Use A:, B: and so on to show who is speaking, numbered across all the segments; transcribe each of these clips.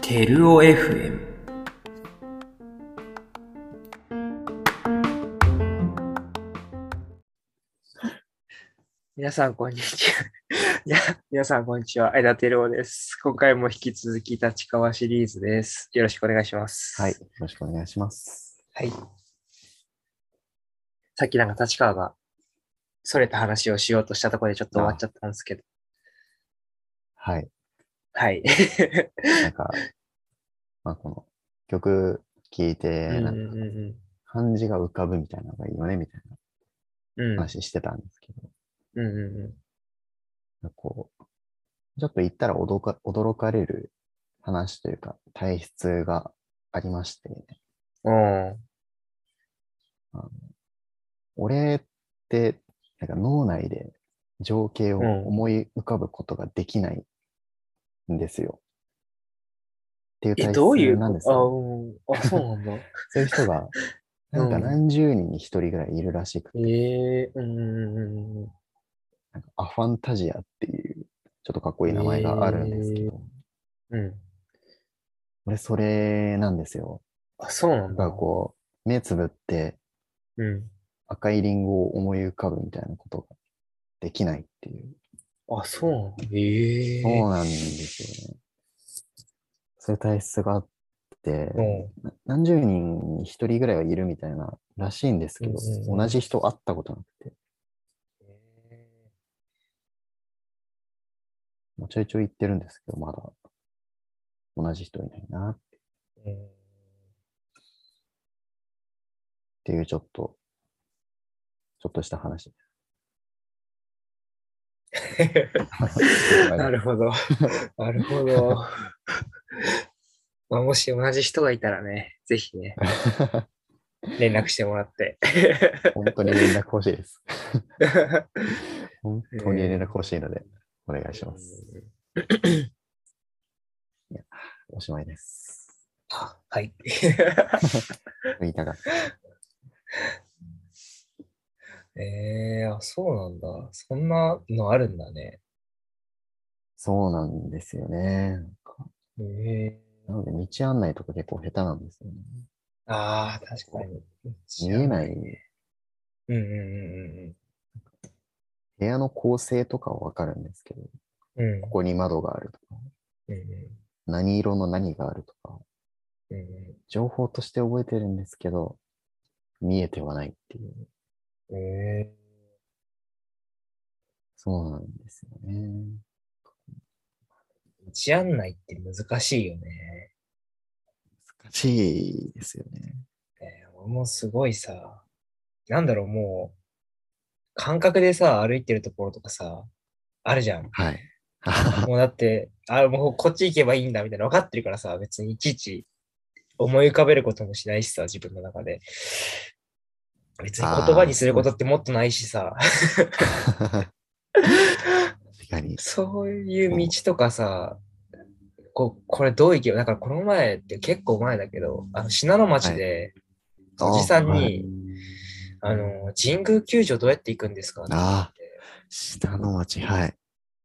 A: テルオ FM 皆さん、こんにちは。いや皆さん、こんにちは。間テルオです。今回も引き続き立川シリーズです。よろしくお願いします。
B: はい。よろしくお願いします。
A: はい。さっきなんか立川が、それた話をしようとしたところでちょっと終わっちゃったんですけど。
B: はい。
A: はい。
B: なんか、 まあこの曲聴いて、
A: うんう
B: なん
A: ん
B: か
A: う
B: 漢字が浮かぶみたいなのがいいよね、みたい
A: んうん
B: な話してたんですけど、
A: うんうんうん
B: なんかこう、ちょっと言ったら驚か驚かれる話というか、体質がありまして、
A: うん。
B: 俺って、なんか脳内で情景を
A: うん
B: 思い浮かぶことができないんですよ。っていう
A: え、
B: 体
A: どういう
B: 質
A: こ
B: なんです
A: と
B: よ。
A: あ、うんあ、そうなんだ。え
B: そういう人が、なんか
A: うん
B: 何十人に一人ぐらいいるらしくて、
A: えうんうんうんうん。
B: なんかアファンタジアっていう、ちょっとかっこいい名前があるんですけど、
A: うん。
B: 俺それなんですよ。
A: あ、そうなん
B: だか
A: だ。
B: らこう、目つぶって
A: うん。
B: 赤いリンゴを思い浮かぶみたいなことができないっていう。
A: あ、そうなんだ。ええ
B: そうなんですよね。そういう体質があって、
A: うん
B: な何十人に一人ぐらいはいるみたいならしいんですけど、
A: うんうんうん
B: 同じ人会ったことなくて、まあちょいちょい言ってるんですけど、まだ同じ人いないな
A: うん
B: っていうちょっと、ちょっとした話。
A: なるほ ど。なるほど。まあ、もし同じ人がいたらね、ぜひ ね、連絡してもらって。
B: 本当に連絡欲しいです。本当に連絡欲しいので、お願いします。おしまいです。
A: はい。
B: 言いたかった。
A: えー、あ、そうなんだ。そんなのあるんだね。
B: そうなんですよね。
A: えー、
B: なので、道案内とか結構下手なんですよね。
A: ああ、確かに。
B: 見えない
A: うんうんうん
B: 部屋の構成とかはわかるんですけど、
A: うんうん。
B: ここに窓があるとか、
A: うんうん
B: 何色の何があるとか、
A: うんうん
B: 情報として覚えてるんですけど、見えてはないっていう。
A: え
B: そうなんですよね。
A: ー、道案内って難しいよね。
B: 難しいですよね。
A: えー俺もすごいさ、なんだろう、もう、感覚でさ、歩いてるところとかさ、あるじゃん。
B: はい。
A: もうだって、あ、もうこっち行けばいいんだみたいな分かってるからさ、別にいちいち思い浮かべることもしないしさ、自分の中で。別に言葉にすることってもっとないしさ、
B: 確かに。
A: そういう道とかさ、ここれどう行けば、だからこの前って結構前だけど、あの信濃町で、おじさんに、あの、神宮球場どうやって行くんですかって言
B: あ
A: って
B: 下の町、はい。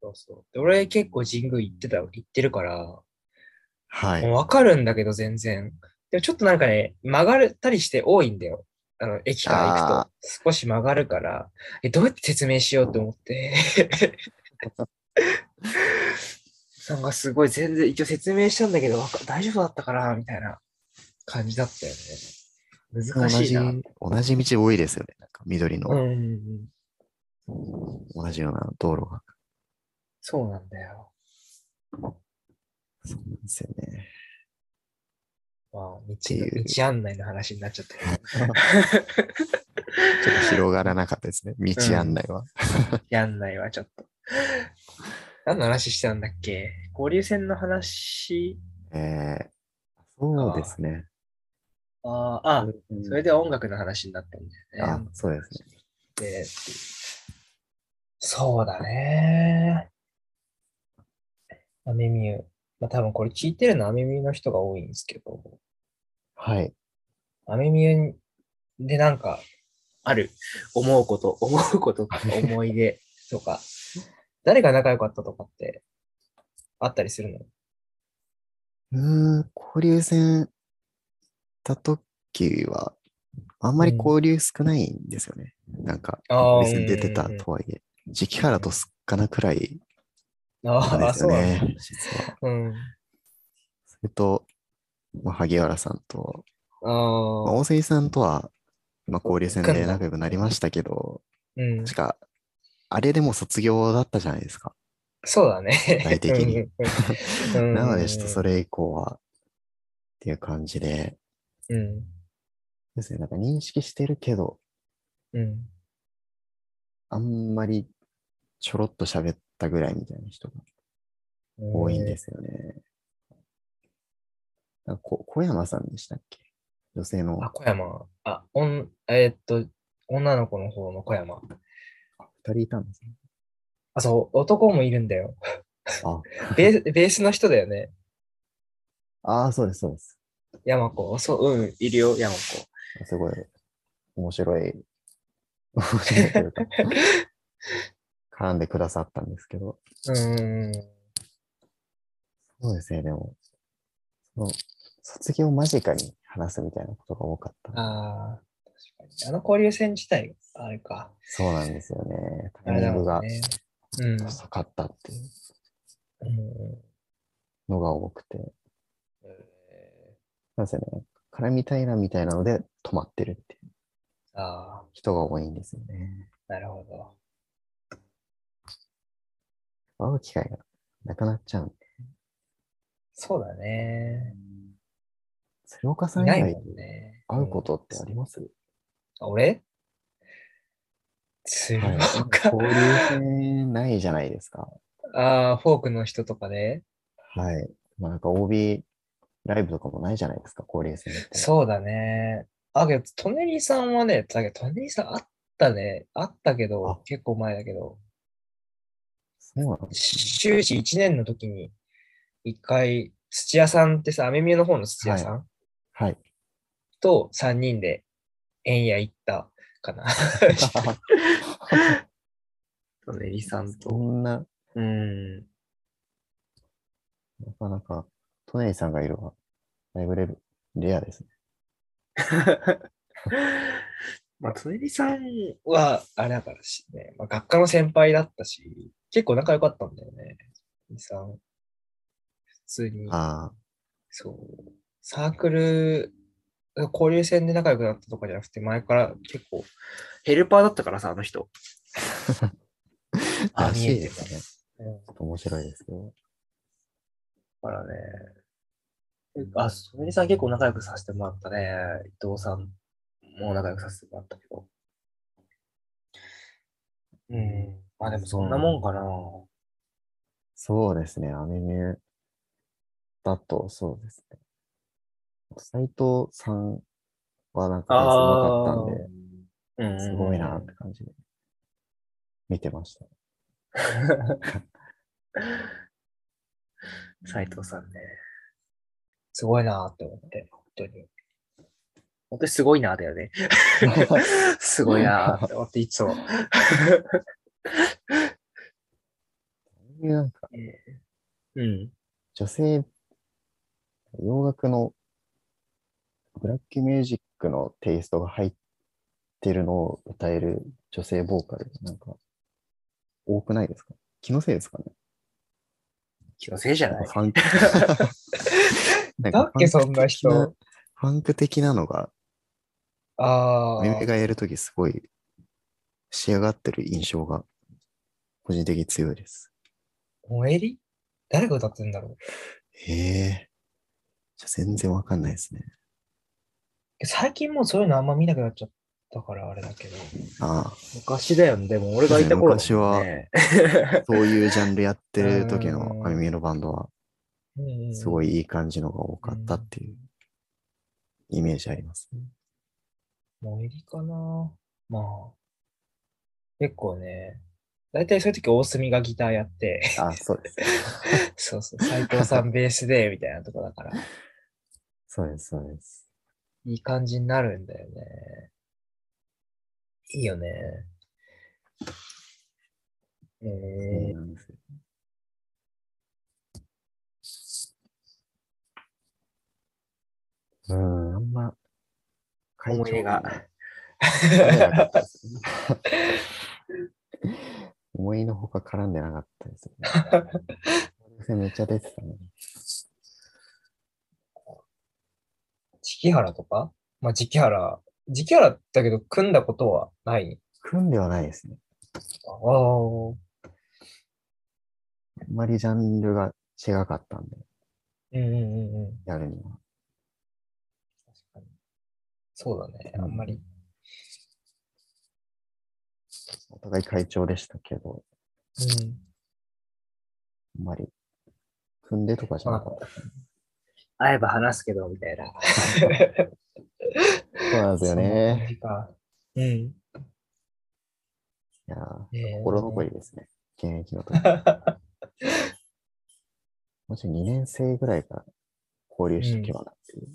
A: そうそうで俺結構神宮行ってた、行ってるから、
B: は
A: もう
B: い。
A: わかるんだけど全然。でもちょっとなんかね、曲がったりして多いんだよ。あの、駅から行く
B: あ
A: と。少し曲がるから、え、どうやって説明しようと思って。 なんかすごい全然、一応説明したんだけど、わか大丈夫だったかなみたいな感じだったよね。
B: 同
A: 難しい
B: じ
A: な。、
B: 同じ道多いですよね。なんか緑
A: う
B: の、
A: ん。
B: 同じような道路が。
A: そうなんだよ。
B: そうなんですよね。
A: まあ、道
B: て
A: の
B: いう
A: 道案内の話になっちゃったけど。
B: ちょっと広がらなかったですね。道案内は。
A: やんないわ、ちょっと。 何の話してたんだっけ交流戦の話
B: えー、そうですね。
A: あーあ、
B: うん
A: それで音楽の話になったんだよ
B: あ
A: ね。、
B: そうです
A: で
B: ね。
A: そうだね。アメミュー。まあ多分これ聞いてるのはアメミューの人が多いんですけど、
B: はい。
A: アメミューでなんか、ある思うこと、 思うこととか、思い出と か、誰が仲良かったとかってあったりするの
B: うーん、交流戦た時は、あんまり交流少ないんですよね。なんか、
A: あ
B: 別に出てた
A: うんうんうん
B: とはいえ。時期からとすっかなくらいなん
A: あ
B: で
A: あ、
B: す
A: そ
B: よ
A: うなん
B: ね
A: だ。、
B: 実は。
A: うん。
B: それと、まあ、萩原さんと、まあ、
A: ああ、
B: 大杉さんとは、まあ、交流戦
A: 組ん
B: で
A: だ
B: 仲良くなりましたけど、
A: うん。
B: 確か、あれでも卒業だったじゃないですか。
A: そうだね。
B: 体的に
A: うんうんうん。
B: なので、ちょっとそ
A: れ。
B: れ以降は、っていう感じで、
A: うん。
B: ですね、なんか認識してるけど、
A: うん。。
B: あんまりちょろっと喋ったぐらいみたいな人が多いんですすよね。なんかこ小山さんでしたっけ女性の
A: あ、小山。あ、おんえーっと、女の子の方の小山。
B: 二人いたんですね。
A: あ、そう、男もいるんだよ。
B: あ
A: ベースベースの人だよね。
B: あー、そうです、そうです。
A: 山子。そう、うん、いるよ、山子。
B: すごい面白 い、面白いというか、絡んでくださったんですけど、
A: うーん。
B: そうですね、でも、その卒業間近に話すみたいなことが多かった。
A: ああ、確かに。あの交流戦自体、あれか。
B: そうなんですよね。
A: あ
B: タ
A: れ
B: イミ
A: だ
B: ング
A: も
B: が
A: んね。うん。
B: 遅かったっていう
A: うん
B: のが多くて、なんですよね、絡みたいなみたいなので止まってるっていう
A: ああ、
B: 人が多いんですよね。
A: なるほど。
B: 会う機会がなくなっちゃうんで。
A: そうだね。
B: 鶴岡さ
A: い
B: ん以
A: ない
B: 外
A: もんね。
B: 会うことってあります、
A: あ俺鶴
B: はい
A: 岡、
B: 交流戦ないじゃないですか。
A: ああ、フォークの人とかね。
B: はい。まあなんか OB ライブとかもないじゃないですか、交流戦って。
A: そうだね。あ、けど、トネリさんはね、だけど、トネリさんあったね。あったけど
B: あ、
A: 結構前だけど、
B: そうなんです
A: 修士1年の時に、一回、土屋さんってさ、アメミュの方の土屋さん、
B: はい。
A: と3人で、円屋行ったか な。トネリさん
B: そ。んな、
A: うん。
B: なかなか、トネイさんがいるわ。ライブレベル、レアですね。
A: まあ、トネリさんは、あれだからしね、まあ、学科の先輩だったし、結構仲良かったんだよね。トネリさん。普通に、
B: あ
A: そう。サークル、交流戦で仲良くなったとかじゃなくて、前から結構、ヘルパーだったからさ、あの人。
B: あ、らしい
A: 見え
B: で
A: て
B: す
A: たう
B: ね。
A: ん
B: ちょっと面白いですけど。
A: だからね。あ、ソミリさん結構仲良くさせてもらったね。伊藤さんも仲良くさせてもらったけど。うん。まあでもそんなもんかな。
B: そうですね、アメミューだと、そうですね。斎藤さんはなんかすごか
A: う
B: ったん
A: ん。
B: で、すご いなって感じで見てました。
A: 斎藤さんね。すごいなって思って、本当に。本当にすごいなだよね。 すごいなって思って、い つも。
B: なんか
A: うん。
B: 女性、洋楽のブラックミュージックのテイストが入ってるのを歌える女性ボーカル、なんか多くないですか気のせいですかね
A: 気のせいじゃない
B: ファンク な
A: だっけそんな人
B: ファンク的ファンク的なのが、
A: ああ。
B: アニメがやるときすごい仕上がってる印象が個人的に強いです。
A: 萌えり誰が歌ってんだろ
B: へえ。じゃあ全然わかんないですね。
A: う最近もうそういうのあんま見なくなっちゃったからあれだけど。
B: あ
A: 昔だよね。でも俺
B: がいた頃だもんね
A: 私は。
B: あ、そういうジャンルやってる時
A: う
B: の
A: ん
B: アニメのバンドはすご
A: い。
B: いいい感じのが多かったっていうイメージありますね。
A: 萌えりかなまあ。結構ね。大体そういう時大隅がギターやって、
B: あ、そうです。
A: そうそう、斎藤さんベースで、みたいなとこだから、
B: そうです、そうです。
A: いい感じになるんだよね。いいよね。え
B: そう
A: ー、
B: なんですようーん、あんま、会
A: 思い出が。
B: 絡んでなかったですね思いのほか絡んでなかったで すね。それめっちゃ出てたね。
A: 時期原とかまあ、時期原。時期原だけど、組んだことはない。
B: 組んではないですね。
A: ああ。
B: あんまりジャンルが違かったんで、
A: うんうんうんうん。
B: やるには。
A: 確かに。そうだね。あんまり。
B: お互い会長でしたけ
A: う
B: ど、
A: ん。
B: あんまり、組んでとかじゃなかった。
A: 会えば話すけど、みたい な。
B: そうなんですよね。。
A: うん。
B: いやー
A: えー
B: 心残りですね。現役 の時。もし2年生ぐらいから交流しとけばなっていう。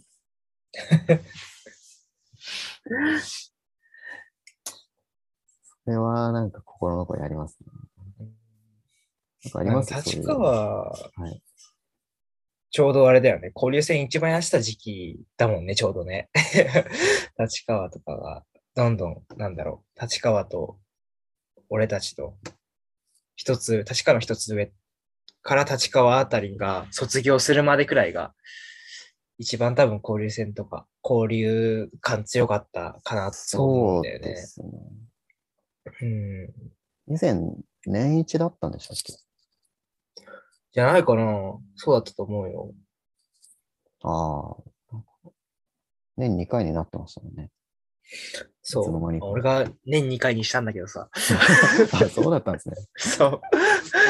B: それはなんか心残りありますね。なんかあります
A: なんか
B: そうい
A: 立
B: う
A: 川、
B: はい。
A: ちょうどあれだよね。交流戦一番やってた時期だもんね、ちょうどね。 立川とかが、どんどん、なんだろう、立川と、俺たちと、一つ、立川の一つ上から立川あたりが卒業するまでくらいが、一番多分交流戦とか、交流感強かったかなと思うん
B: そう
A: だよ
B: で
A: ね。
B: すね。
A: うん。
B: 以前、年一だったんでしたっけ
A: じゃないかな。そうだったと思うよ。
B: ああ。なんか年2回になってましたもん ね。
A: そ
B: いつの間に
A: う。
B: か
A: 俺が年2回にしたんだけどさ。
B: あ、そうだったんですね。
A: そう。
B: そう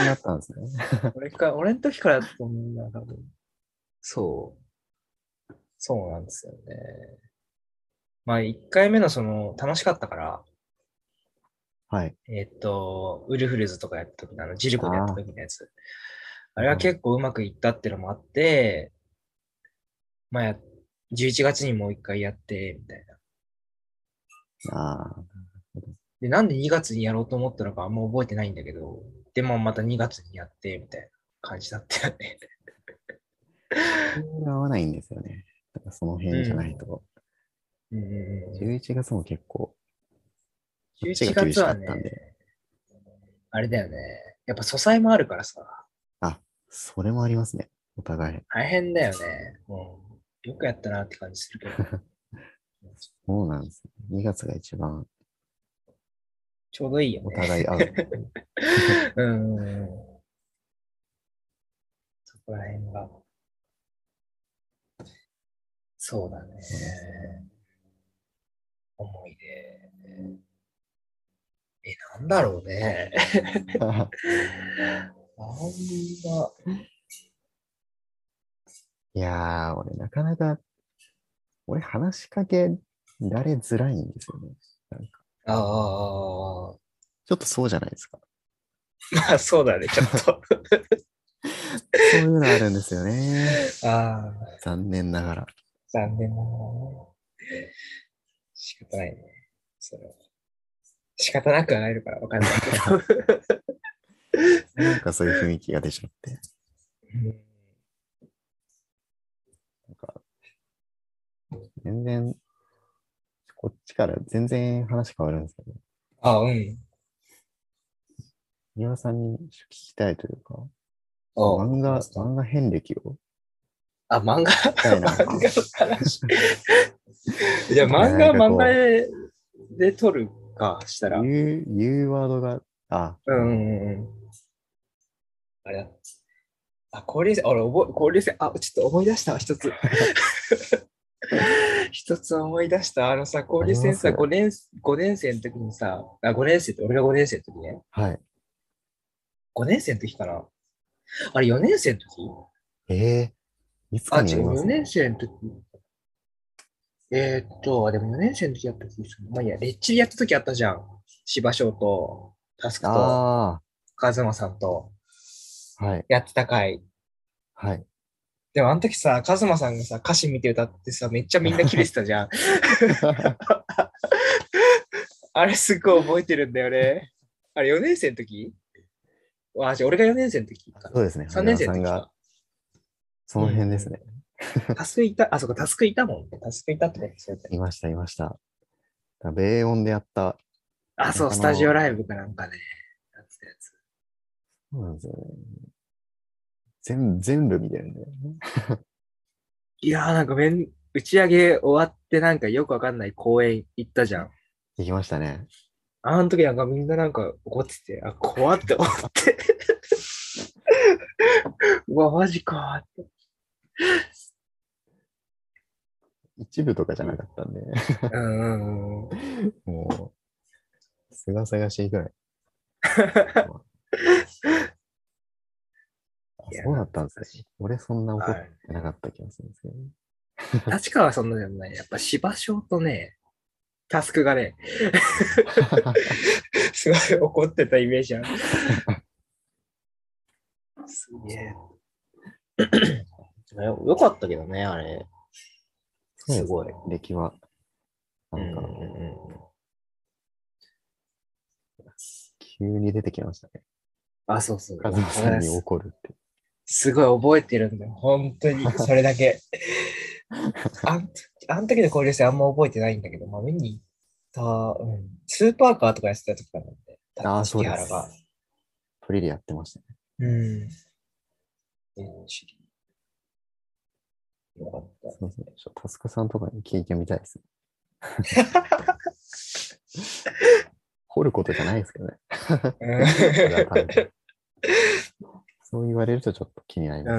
B: なったんですね。
A: 俺か、俺の時からだと思うんだ、多分。そう。そうなんですよね。まあ、1回目のその、楽しかったから、
B: はい。
A: えっと、ウルフルズとかやった時の、あの、ジルコでやった時のやつ。あれは結構うまくいったっていうのもあって、まあや、11月にもう1回やって、みたいな。
B: ああ。
A: で、なんで2月にやろうと思ったのかあんま覚えてないんだけど、でもまた2月にやって、みたいな感じだったよね。
B: 合わないんですよね。だからその辺じゃないと。
A: うんうんうん
B: 11月も結構、こっち
A: 11
B: が厳
A: 月
B: しか
A: は
B: った
A: ね
B: んで、
A: あれだよね。やっぱ素材もあるからさ、
B: それもありますね。お互い。
A: 大変だよね。うん、よくやったなって感じするけど、
B: そうなんです。2月が一番
A: ちょうどいいよ
B: お
A: ね。
B: 互 い合う。
A: うんうんうん。そこら辺が。そうだね。思い出。え、なんだろうね。あんま、
B: いやー、俺なかなか、俺話しかけられづらいんですよね。
A: ああ、
B: ちょっとそうじゃないですか。
A: まあ そうだね、ちょっと。
B: そういうのあるんですよね。
A: ああ。
B: 残念ながら。
A: 残念ながらね。仕方ないね。それは。仕方なく会えるから分かんないけど。
B: なんかそういう雰囲気が出ちゃって。
A: うん
B: なんか、全然、こっちから全然話変わるんですけど、
A: あ、うん。
B: 岩尾さんに聞きたいというか、
A: お
B: 漫画、漫画遍歴を。
A: あ、漫画
B: みたい な
A: 漫画の話。じゃあ漫画は漫画でで撮るか、したら。うん
B: 言う、言うワードが、あ、
A: うんうん。あれだ。あ、交流戦、俺、覚え交流戦、あ、ちょっと思い出したわ、一つ。 一つ思い出した。あのさ、交流戦さ、
B: あります
A: 5年、五年生の時にさ、あ、5年生って、俺が5年生の時ね。
B: はい。
A: 5年生の時かな。あれ、4年生の時
B: ええいつ
A: あ、
B: か
A: 違
B: にやり
A: う、
B: ま
A: 4
B: す
A: 年生の時。えーっと、あでも4年生の時やった気がする。まあいいや、レッチリやった時あったじゃん。芝翔と、タスクと、
B: あ
A: カズマさんと、
B: あ、はい、
A: やってた回。
B: はい。
A: でもあの時さ、カズマさんがさ、歌 詞見て歌ってさ、めっちゃみんなキレてたじゃん。あれすっごい覚えてるんだよね。あれ4年生の時わあ、じゃあ俺が4年生の時か
B: そうですね。
A: 3年生の
B: 羽
A: 時
B: 生さん
A: か
B: が。、その辺ですね。
A: タスクいた、あ、そうか、タスクいたもんね。タスクいたってことですよね
B: いました、いました。だから米音でやった、
A: あ、そう、
B: あの
A: スタジオライブかなんかね。やってたやつ
B: そうなんですよね。全全部見てるんで。
A: いやーなんかめん、打ち上げ終わってなんかよくわかんない公演行ったじゃん。
B: 行きましたね。
A: あの時なんかみんななんか怒ってて、あ、怖って思って。 うわ、マジかーって。
B: 一部とかじゃなかったんで、
A: うんうんうん。
B: もう、すがすがしい ぐらい。あ
A: いや
B: そうだったんですね。俺そんな怒
A: は
B: っ
A: い
B: てなかった気がするんですけどね。
A: 立川はそんなでもない。やっぱ芝生とね、タスクがね、 すごい怒ってたイメージある。すげ え。よよかったけどね、あれ。すごい。
B: 出来は。なんか、急に出てきましたね。
A: あ、そうそう。
B: カズマさんに怒るって。
A: すごい覚えてるんだよ。本当 に、それだけ。あんあん時の交流戦あんま覚えてないんだけど、まあ、見に行った、うん、スーパーカーとかやってた時だもんね。
B: あーそうです
A: 竹原が
B: トリリやってましたね。
A: うん。うん知りよかった。
B: そうですね。ちょっとタスクさんとかに聞いてみた いですね。掘ることじゃないですけど ね。ただ単にそう言われるとちょっと気になり
A: う
B: ま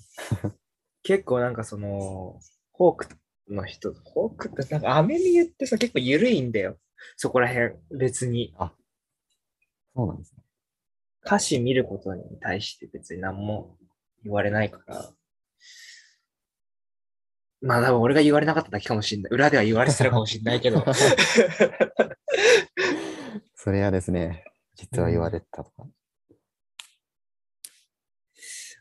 B: す。
A: ん、結構なんかその、フォークの人、フォークってなんかアメミユってさ、結構緩いんだよ。そこら辺、別に。
B: そうなんですね。
A: 歌詞見ることに対して別に何も言われないから。まあ多分俺が言われなかっただけかもしれない。裏では言われてたかもしれないけ ど。
B: それはですね、実は言われてたとか。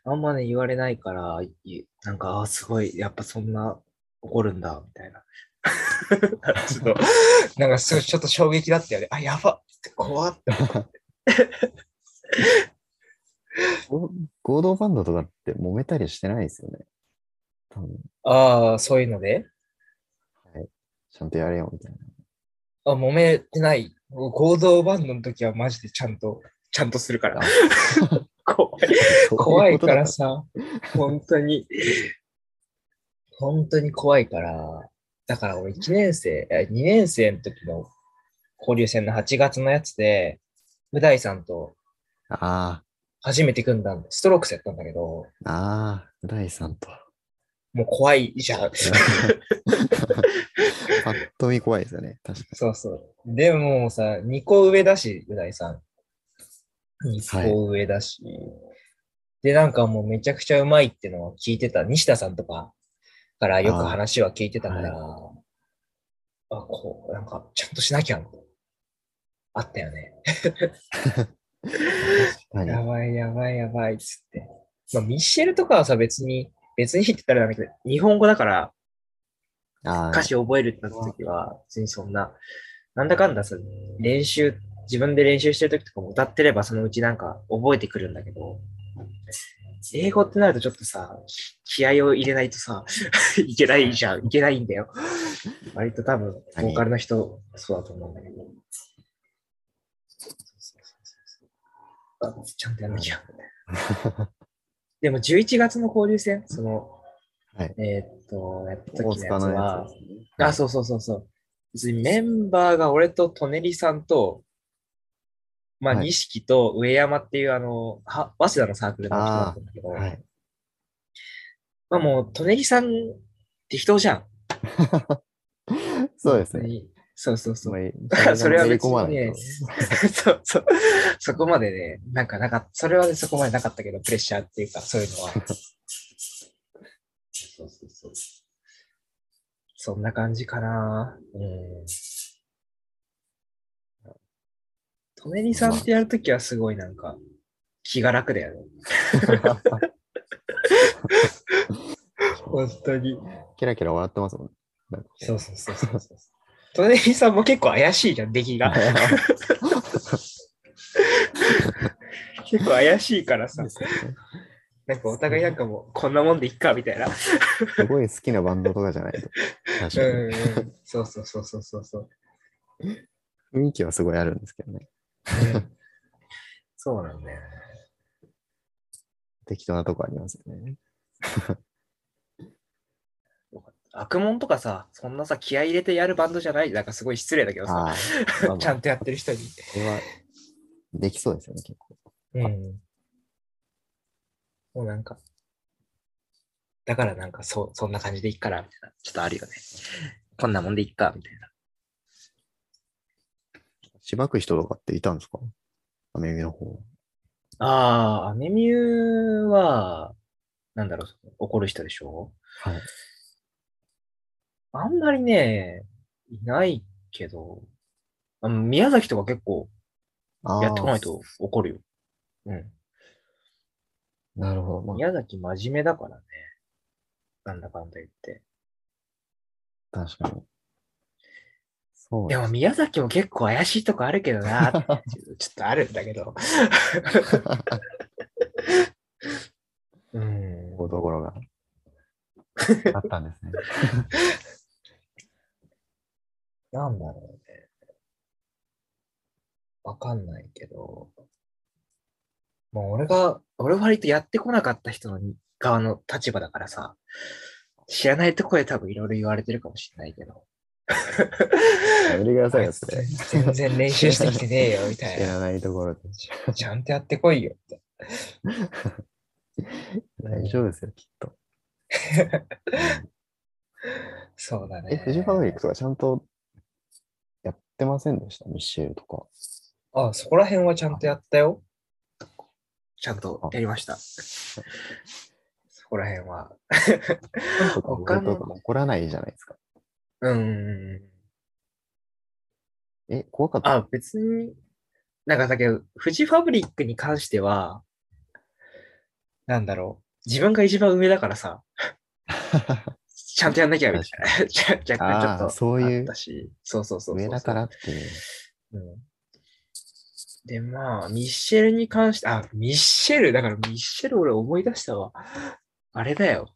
A: あんまね、言われないから、いなんか、あーすごい、やっぱそんな怒るんだ、みたいな。ちょっと、なんかすごいちょっと衝撃だったよね。あ、やば怖っ。
B: ご合同バンドとかって揉めたりしてないですよね。多分
A: ああ、そういうので
B: ちゃんとやれよ みたいな。
A: あ、揉めてない。合同バンドの時はマジでちゃんと、ちゃんとするから
B: あ。
A: 怖い
B: そう
A: 怖
B: う
A: い
B: こ
A: か
B: とだ
A: らさ、本当に、本当に怖いから、だから俺1年生、2年生の時の交流戦の8月のやつで、う大さんと
B: あ
A: 初めて組んだんストロークスやったんだけど、
B: あ、ああ、第3と。
A: もう怖いじゃん。
B: ぱっと見怖いですよね。確か
A: そうそう。でもさ、2個上だし、う大さん。2個上だし。で、なんかもうめちゃくちゃうまいってのを聞いてた、西田さんとかからよく話は聞いてたから、あ,、こう、なんかちゃんとしなきゃ。あったよね。
B: に。
A: やばいやばいやばいっつって。まあ、ミッシェルとかはさ、別に、別にって言ったらなんだけど、日本語だから、
B: あ
A: 歌詞覚えるってなった時は、別にそんな、なんだかんださ、練習、自分で練習してる時とかも歌ってればそのうちなんか覚えてくるんだけど、英語ってなるとちょっとさ、気合を入れないとさ、 いけないじゃん、いけないんだよ。割と多分、ボーカルの人、そうだと思うんだけど。あちゃんとやんな きゃ。
B: あ。
A: でも11月の交流戦、その、
B: はい
A: えーっと、やった時
B: 大
A: のや
B: 塚
A: つ
B: の
A: は
B: やつ、ですね。
A: あ、そうそうそうそう。別にメンバーが俺とトネリさんと、まあ、
B: はい
A: 錦と上山っていう、あの、は早稲田のサークルの人だったんだけど、
B: はい。
A: まあもう、トネリさんって人じゃん。
B: そうです
A: 本当
B: ね。
A: に。そうそうそう。
B: まあ
A: それは
B: 入れ
A: 別
B: 込ま
A: に
B: ない
A: ね
B: と。、
A: そうそう。そこまでね、なんかなかった。それはね、そこまでなかったけど、プレッシャーっていうか、そういうのは。そうそうそう。そんな感じかな。うん。とめりさんってやるときはすごいなんか、気が楽だよね。本当に。
B: キラキラ笑ってますもんね。なんか
A: そうそうそうそうそう。隣さんも結構怪しいじゃん、出来が。結構怪しいからさ、
B: すよね
A: なんかお互いなんかもう、こんなもんでいっか、みたいな。う
B: すごい好きなバンドとかじゃないと。確
A: ん
B: か
A: うんうん。そうそうそうそうそうそう。
B: に。雰囲気はすごいあるんですけどね。
A: うんそうなんだよね。
B: 適当なとこありますよね。
A: 悪門とかさ、そんなさ、気合い入れてやるバンドじゃない、なんかすごい失礼だけどさ、
B: ああ、 まあまあ
A: ちゃんとやってる人に。
B: これは、できそうですよね、結構。
A: うん。もうなんか、だからなんかそう、そんな感じでいっから、みたいな。ちょっとあるよね。こんなもんでいっか、みたいな。
B: しばく人とかっていたんですかアメミの方。
A: ああ、アメミューは、なんだろう、怒る人でしょ
B: はい。
A: あんまりね、いないけど、あの宮崎とか結構
B: ああ、
A: やってこないと怒るよ。うん。
B: なるほど。まあ、
A: 宮崎真面目だからね。なんだかんだ言って。
B: 確かに。そう
A: で
B: です
A: も宮崎も結構怪しいとこあるけどなって、 ちょっとあるんだけど。うん
B: こうと ころがあったんですね。
A: なんだろうね。わかんないけど。もう俺が、俺割とやってこなかった人の側の立場だからさ、知らないとこで多分いろいろ言われてるかもしれないけど。
B: やめてください
A: あ
B: よ、
A: いつ
B: それ。
A: 全然練習してきてねえよ、みたい
B: 知
A: な。
B: らないところで。
A: ちゃんとやってこいよ、って。
B: 大丈夫ですよ、きっと。
A: そうだね。
B: え、フジファブリックとかちゃんとやってませんでしたミッシェルとか。
A: あ、そこら辺はちゃんとやったよ。ちゃんとやりました。そこら辺は。
B: とか、
A: 他
B: 俺
A: の
B: とか怒らないじゃないですか。
A: うん。
B: え、怖 かった。
A: あ、別に、なんかだけど、富士ファブリックに関しては、なんだろう。自分が一番上だからさ、ちゃんとやんなきゃみたいな。ちゃ 若干ちょっ
B: あー
A: と、
B: そういう
A: だし、そうそうそうそうそう。
B: 上だからっていう。
A: うんで、まあ、ミッシェルに関して、あ、ミッシェル、だからミッシェル俺思い出したわ。あれだよ。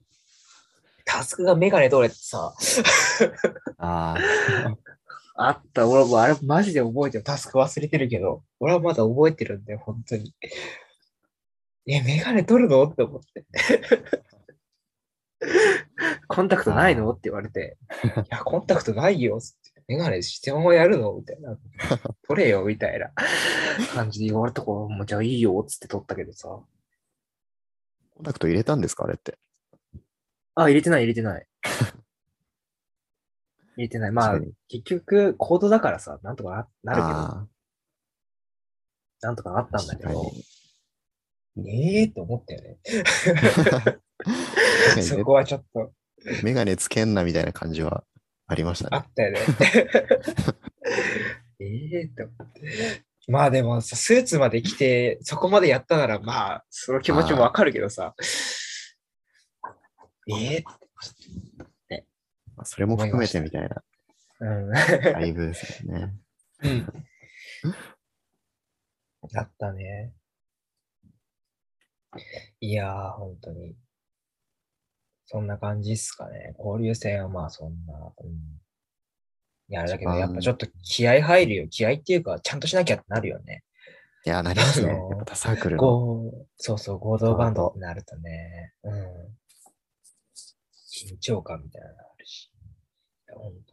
A: タスクがメガネ取れってさ、
B: あ
A: あった、俺もうあれマジで覚えてる。タスク忘れてるけど、俺はまだ覚えてるんだよ、本当に。え、メガネ取るのって思って。コンタクトないのって言われ て、いや、コンタクトないよ、つって。メガネしてもやるのみたいな。取れよ、みたいな感じで言われたから、もうじゃあいいよ、つって取ったけどさ。
B: あ、コンタクト入れたんですかあれって。
A: あ、入れてない、入れてない。入れてない。まあ
B: 確か、に
A: 結局、コードだからさ、なんとかななるけど、
B: あ
A: なんとかなっ
B: あ、
A: たんだけ
B: 確か
A: ど。
B: に。
A: ええと思ったよね。
B: 確かに
A: そこはちょっと
B: メガネつけんなみたいな感じはありました
A: あ
B: ね。
A: った よね。ええと思って。まあでもさ、スーツまで着て、そこまでやったなら、まあ、その気持ちもわかるけどさ。ええ
B: まあそれも含めてみたいな
A: うん。
B: だいぶですよね。
A: うん。だったね。いやー、本当に。そんな感じっすかね。交流戦はまあそんな。うん、いや、あれだけど、
B: 一番
A: やっぱちょっと気合入るよ。気合っていうか、ちゃんとしなきゃってなるよね。
B: いや、なりますね。
A: あのー
B: やっぱ他サークルの。
A: こう、そうそう、合同バンドになるとね。うん。緊張感みたいなのあるし。いや本当に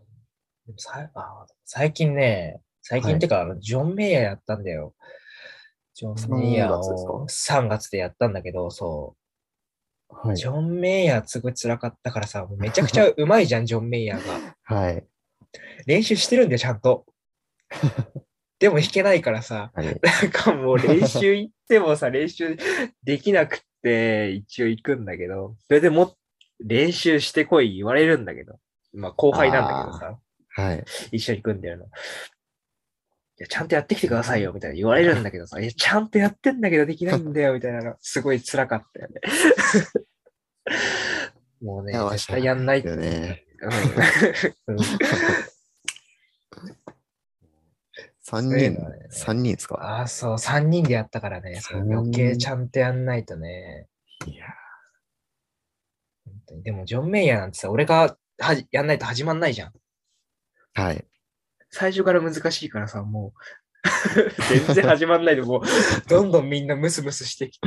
A: でもさいあ最近ね、最近ってか、あのジョン・メイヤーやったんだよ。ジョン・メイヤーを
B: 3
A: 3月でやったんだけど、そう。
B: はい。
A: ジョン・メイヤーすごい辛かったから さ、もうめちゃくちゃうまいじゃん、ジョン・メイヤーが。
B: はい。
A: 練習してるんだよ、ちゃん と。でも弾けないからさ。
B: はい
A: なんかもう練習行ってもさ、練習できなくって一応行くんだけど、それでも練習してこい言われるんだけど、まあ後輩なんだけどさ、
B: はい。
A: 一緒に組んでるの。いや、ちゃんとやってきてくださいよ、みたいな言われるんだけどさ、いや、ちゃんとやってんだけどできないんだよ、みたいなの、すごい辛かったよね。もうね
B: いや、
A: 絶対やんないって
B: よね。
A: うん
C: 3
A: そういう
C: 人
A: のはね、
C: 3人ですか
A: ああ、そう、3人でやったからね。そう
B: 三人
A: 余計ちゃんとやんないとね。
C: いや
A: 本当にでも、ジョン・メイヤーなんてさ、俺がはじやんないと始まんないじゃ
C: ー
A: ん。
C: はい。
A: 最初から難しいからさ、もう、 全然始まんないで、もう、 どんどんみんなムスムスしてきて、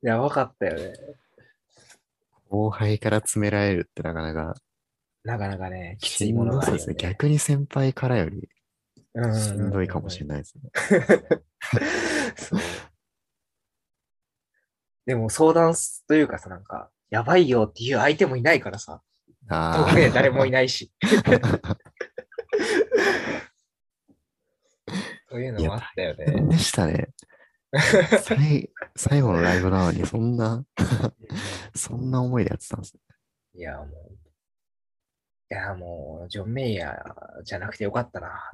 A: やばかったよね。
C: 後輩から詰められるってなかなか
A: なかなかね、きつ
C: し
A: い
C: ん
A: もの
C: ど
A: があ
C: そう
A: る
C: で
A: よ
C: すね。
A: ね。
C: 逆に先輩からより
A: うん
C: しんどいかもしれ
A: な
C: な
A: い。
C: いですね。
A: そうでも相談すというかさ、なんか、やばいよっていう相手もいないからさ、
C: あ
A: 特に誰もいない し。というのもあったよ
C: あ、
A: ね。
C: でしたね。最最後のライブなのに、そん な、そんな思いでやってたんですね。
A: いや、もう。いや、もう、ジョン・メイヤーじゃなくてよかったな。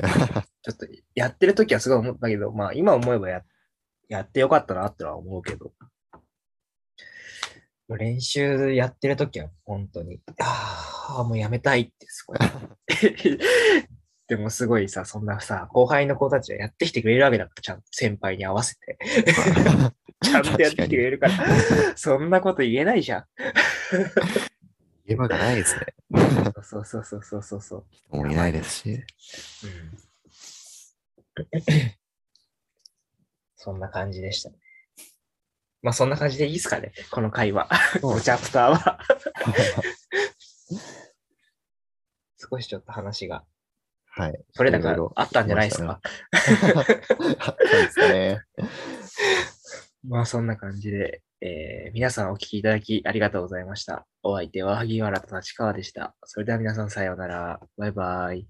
A: ちょっと、やってる時はすごい思ったけど、まあ、今思えばややってよかったなってのは思うけど。もう練習やってる時は、本当に、ああ、もうやめたいって、すごい。でも、すごいさ、そんなさ、後輩の子たちはやってきてくれるわけだから、ちゃんと先輩に合わせて。ちゃんとやってきてくれるから、そんなこと言えないじゃん。
C: 言えばがないですね。
A: そうそうそうそうそうそう。
C: 人もいないです し。
A: うんそんな感じでしたね。まあそんな感じでいいですかね、この会話、
B: そう
A: このチャプターは。少しちょっと話が、
B: はい。
A: それだ
B: い
A: か
B: ろいろ
A: あったんじゃないですか。
B: そうですね。
A: まあそんな感じで、えー皆さんお聞きいただきありがとうございました。お相手は萩原と立川でした。それでは皆さんさようなら。バイバイ。